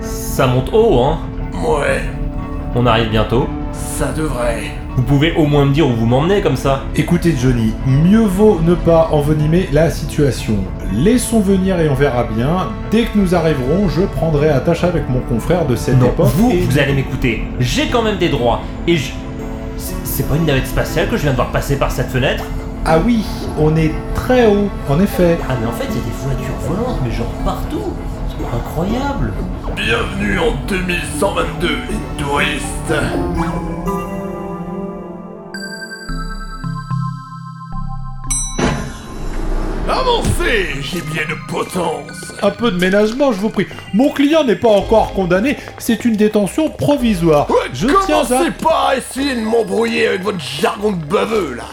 Ça monte haut, hein Ouais, On arrive bientôt. ça devrait. Vous pouvez au moins me dire où vous m'emmenez comme ça. Écoutez Johnny, mieux vaut ne pas envenimer la situation. Laissons venir et on verra bien. Dès que nous arriverons, je prendrai attache avec mon confrère de cette époque. vous, et- vous allez m'écouter. J'ai quand même des droits. Et je... C'est c'est pas une navette spatiale que je viens de voir passer par cette fenêtre Ah oui, on est très haut, en effet. Ah mais en fait, il y a des voitures volantes, mais genre partout. C'est incroyable. Bienvenue en 2122, les touristes. Avancez, gibier de potence. Un peu de ménagement, je vous prie. Mon client n'est pas encore condamné, c'est une détention provisoire. Ouais, Je tiens commencez à... pas à essayer de m'embrouiller avec votre jargon de baveux, là.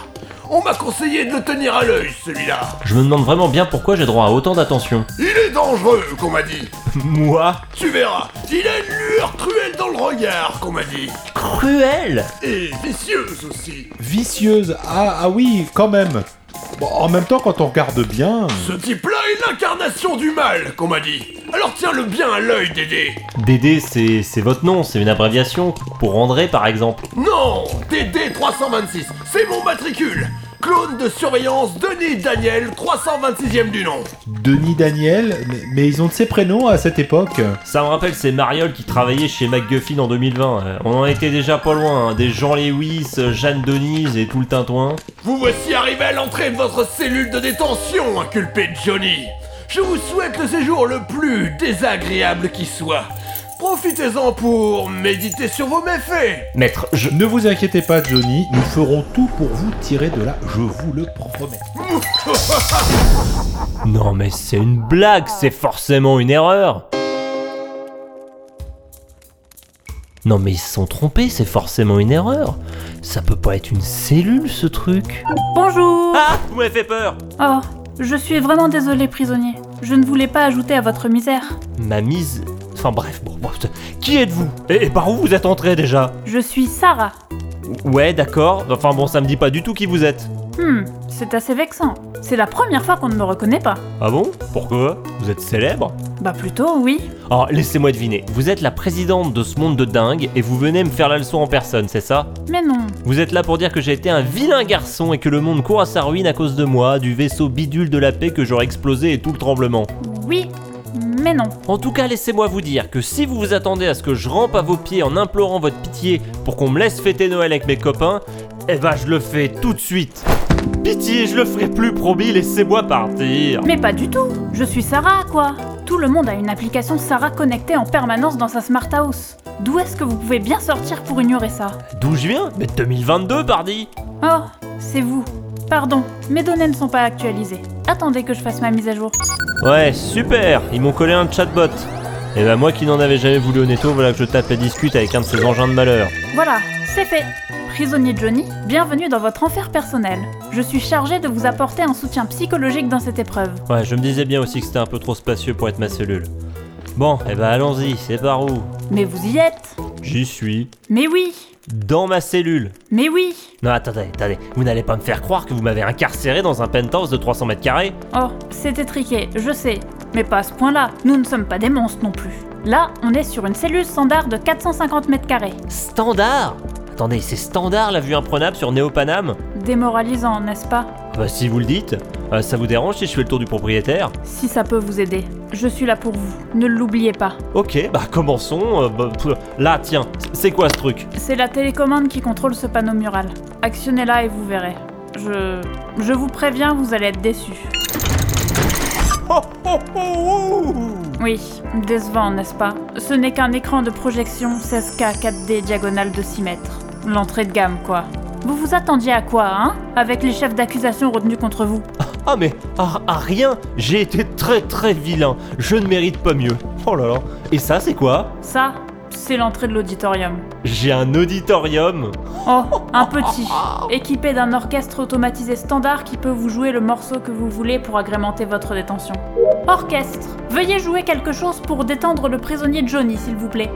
On m'a conseillé de le tenir à l'œil, celui-là. Je me demande vraiment bien pourquoi j'ai droit à autant d'attention. Il est dangereux, qu'on m'a dit. Moi Tu verras, il a une lueur cruelle dans le regard, qu'on m'a dit. Cruel Et vicieuse aussi. Vicieuse, ah, ah oui, quand même. Bon, en même temps, quand on regarde bien... Ce type-là est l'incarnation du mal, qu'on m'a dit. Alors tiens le bien à l'œil, Dédé. DD, c'est c'est votre nom, c'est une abréviation. Pour André, par exemple. Non, Dédé 326, c'est mon matricule. Clone de surveillance Denis Daniel, 326e du nom. Denis Daniel, mais- mais ils ont de ces prénoms à cette époque. Ça me rappelle ces marioles qui travaillaient chez McGuffin en 2020. euh, On en était déjà pas loin, hein, des Jean Lewis, euh, Jeanne Denise et tout le tintouin. Vous voici arrivé à l'entrée de votre cellule de détention, inculpé Johnny. Je vous souhaite le séjour le plus désagréable qui soit. Profitez-en pour méditer sur vos méfaits. Maître, je... Ne vous inquiétez pas, Johnny, nous ferons tout pour vous tirer de là, je vous le promets. Non mais c'est une blague, c'est forcément une erreur Non mais ils se sont trompés, c'est forcément une erreur Ça peut pas être une cellule ce truc Bonjour Ah Vous m'avez fait peur Oh, je suis vraiment désolée, prisonnier. Je ne voulais pas ajouter à votre misère. Ma mise... Enfin bref, bon, bon, qui êtes-vous et, et Eh, par où vous êtes entré déjà Je suis Sarah. Ouais d'accord, enfin bon ça me dit pas du tout qui vous êtes. Hmm, c'est assez vexant. C'est la première fois qu'on ne me reconnaît pas. Ah bon Pourquoi Vous êtes célèbre Bah plutôt, oui. Alors laissez-moi deviner, vous êtes la présidente de ce monde de dingue et vous venez me faire la leçon en personne, c'est ça Mais non. Vous êtes là pour dire que j'ai été un vilain garçon et que le monde court à sa ruine à cause de moi, du vaisseau bidule de la paix que j'aurais explosé et tout le tremblement. Oui, mais non. En tout cas, laissez-moi vous dire que si vous vous attendez à ce que je rampe à vos pieds en implorant votre pitié pour qu'on me laisse fêter Noël avec mes copains, eh ben je le fais tout de suite. Pitié, je le ferai plus, promis, laissez-moi partir. Mais pas du tout. Je suis Sarah, quoi. Tout le monde a une application Sarah connectée en permanence dans sa smart house. D'où est-ce que vous pouvez bien sortir pour ignorer ça D'où je viens Mais 2022, pardi Oh, c'est vous. Pardon, mes données ne sont pas actualisées. Attendez que je fasse ma mise à jour. Ouais, super, ils m'ont collé un chatbot. Et bah moi qui n'en avais jamais voulu honnêtement, voilà que je tape et discute avec un de ces engins de malheur. Voilà, c'est fait. Prisonnier Johnny, bienvenue dans votre enfer personnel. Je suis chargée de vous apporter un soutien psychologique dans cette épreuve. Ouais, je me disais bien aussi que c'était un peu trop spacieux pour être ma cellule. Bon, et bah allons-y, c'est par où Mais vous y êtes J'y suis. Mais oui Dans ma cellule Mais oui Non, attendez, attendez, vous n'allez pas me faire croire que vous m'avez incarcéré dans un penthouse de 300 mètres carrés Oh, c'est étriqué, je sais. Mais pas à ce point-là, nous ne sommes pas des monstres non plus. Là, on est sur une cellule standard de 450 mètres carrés. Standard Attendez, c'est standard la vue imprenable sur Néopanam Démoralisant, n'est-ce pas Ah Bah si vous le dites, Euh, ça vous dérange si je fais le tour du propriétaire Si ça peut vous aider, je suis là pour vous, ne l'oubliez pas. Ok, bah commençons, euh, bah, pff, là tiens, c'est- c'est quoi ce truc C'est la télécommande qui contrôle ce panneau mural. Actionnez-la et vous verrez. Je. Je vous préviens, vous allez être déçus. Oh, oh, oh, oh Oui, décevant, n'est-ce pas Ce n'est qu'un écran de projection 16K 4D diagonale de 6 mètres. L'entrée de gamme, quoi. Vous vous attendiez à quoi, hein Avec les chefs d'accusation retenus contre vous. Ah mais à, à rien, j'ai été très très vilain, je ne mérite pas mieux. Oh là là. Et ça c'est quoi Ça, c'est l'entrée de l'auditorium. J'ai un auditorium. Oh, un petit, équipé d'un orchestre automatisé standard qui peut vous jouer le morceau que vous voulez pour agrémenter votre détention. Orchestre, veuillez jouer quelque chose pour détendre le prisonnier Johnny, s'il vous plaît.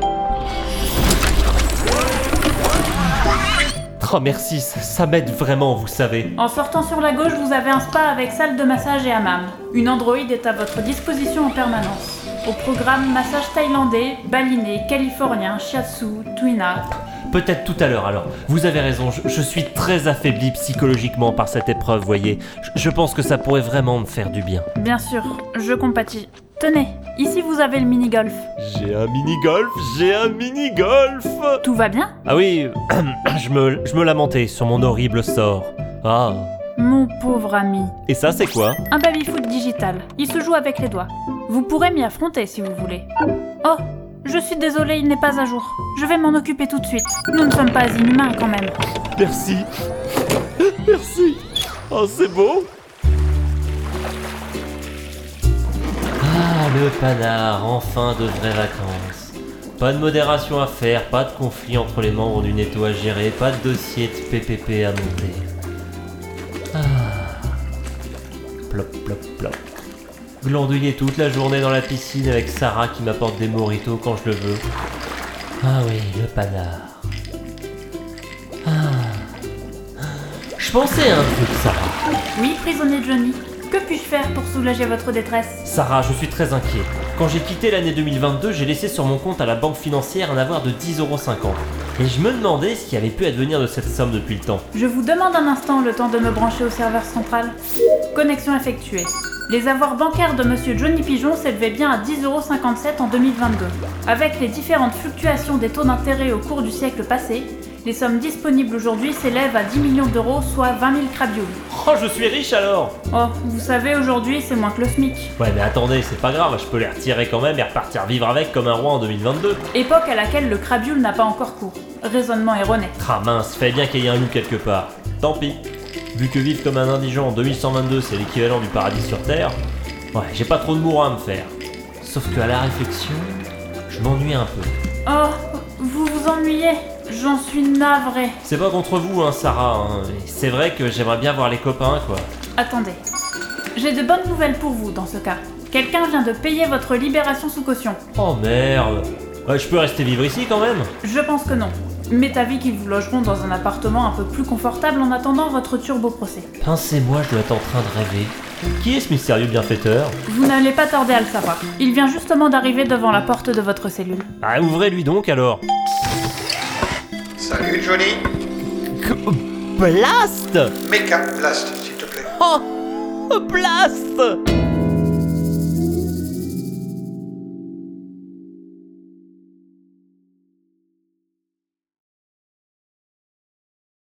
Oh merci, ça, ça m'aide vraiment, vous savez. En sortant sur la gauche, vous avez un spa avec salle de massage et hammam. Une Android est à votre disposition en permanence. Au programme massage thaïlandais, baliné, californien, shiatsu, twina. Peut-être tout à l'heure alors. Vous avez raison, je, je suis très affaibli psychologiquement par cette épreuve, voyez. Je, je pense que ça pourrait vraiment me faire du bien. Bien sûr, je compatis. Tenez, ici vous avez le mini-golf. J'ai un mini-golf, j'ai un mini-golf Tout va bien Ah oui, je me, je me lamentais sur mon horrible sort. Ah, Mon pauvre ami. et ça c'est quoi Un baby-foot digital. Il se joue avec les doigts. Vous pourrez m'y affronter si vous voulez. Oh, je suis désolée, il n'est pas à jour. Je vais m'en occuper tout de suite. Nous ne sommes pas inhumains quand même. Merci. Merci. Oh, c'est beau. Ah, le panard, enfin de vraies vacances. Pas de modération à faire, pas de conflit entre les membres du netto à gérer, pas de dossier de PPP à monter. Ah. Plop, plop, plop. Glandouiller toute la journée dans la piscine avec Sarah qui m'apporte des moritos quand je le veux. Ah oui, le panard. Je pensais à un truc, Sarah. Oui, prisonnier Johnny. Que puis-je faire pour soulager votre détresse Sarah, je suis très inquiet. Quand j'ai quitté l'année 2022, j'ai laissé sur mon compte à la banque financière un avoir de 10,50€. Et je me demandais ce qui avait pu advenir de cette somme depuis le temps. Je vous demande un instant le temps de me brancher au serveur central. Connexion effectuée. Les avoirs bancaires de Monsieur Johnny Pigeon s'élevaient bien à 10,57€ en 2022. Avec les différentes fluctuations des taux d'intérêt au cours du siècle passé, les sommes disponibles aujourd'hui s'élèvent à 10 millions d'euros, soit 20 000 crabioles. Oh, je suis riche alors Oh, vous savez, aujourd'hui, c'est moins que le SMIC. Ouais, mais attendez, c'est pas grave, je peux les retirer quand même et repartir vivre avec comme un roi en 2022. Époque à laquelle le crabiole n'a pas encore cours. Raisonnement erroné. Ah mince, fait bien qu'il y ait un loup quelque part. Tant pis. Vu que vivre comme un indigent en 2122, c'est l'équivalent du paradis sur Terre, ouais, j'ai pas trop de mourants à me faire. Sauf qu'à la réflexion, je m'ennuie un peu. Oh, vous vous ennuyez J'en suis navrée. C'est pas contre vous, hein, Sarah. hein. C'est vrai que j'aimerais bien voir les copains, quoi. Attendez. J'ai de bonnes nouvelles pour vous dans ce cas. Quelqu'un vient de payer votre libération sous caution. Oh merde. Ouais, je peux rester vivre ici quand même. Je pense que non. M'est avis qu'ils vous logeront dans un appartement un peu plus confortable en attendant votre turbo procès. Pincez-moi, je dois être en train de rêver. Qui est ce mystérieux bienfaiteur Vous n'allez pas tarder à le savoir. Il vient justement d'arriver devant la porte de votre cellule. Ah, ouvrez-lui donc alors. Salut Johnny, Blast Mecha Blast s'il te plaît. Oh Blast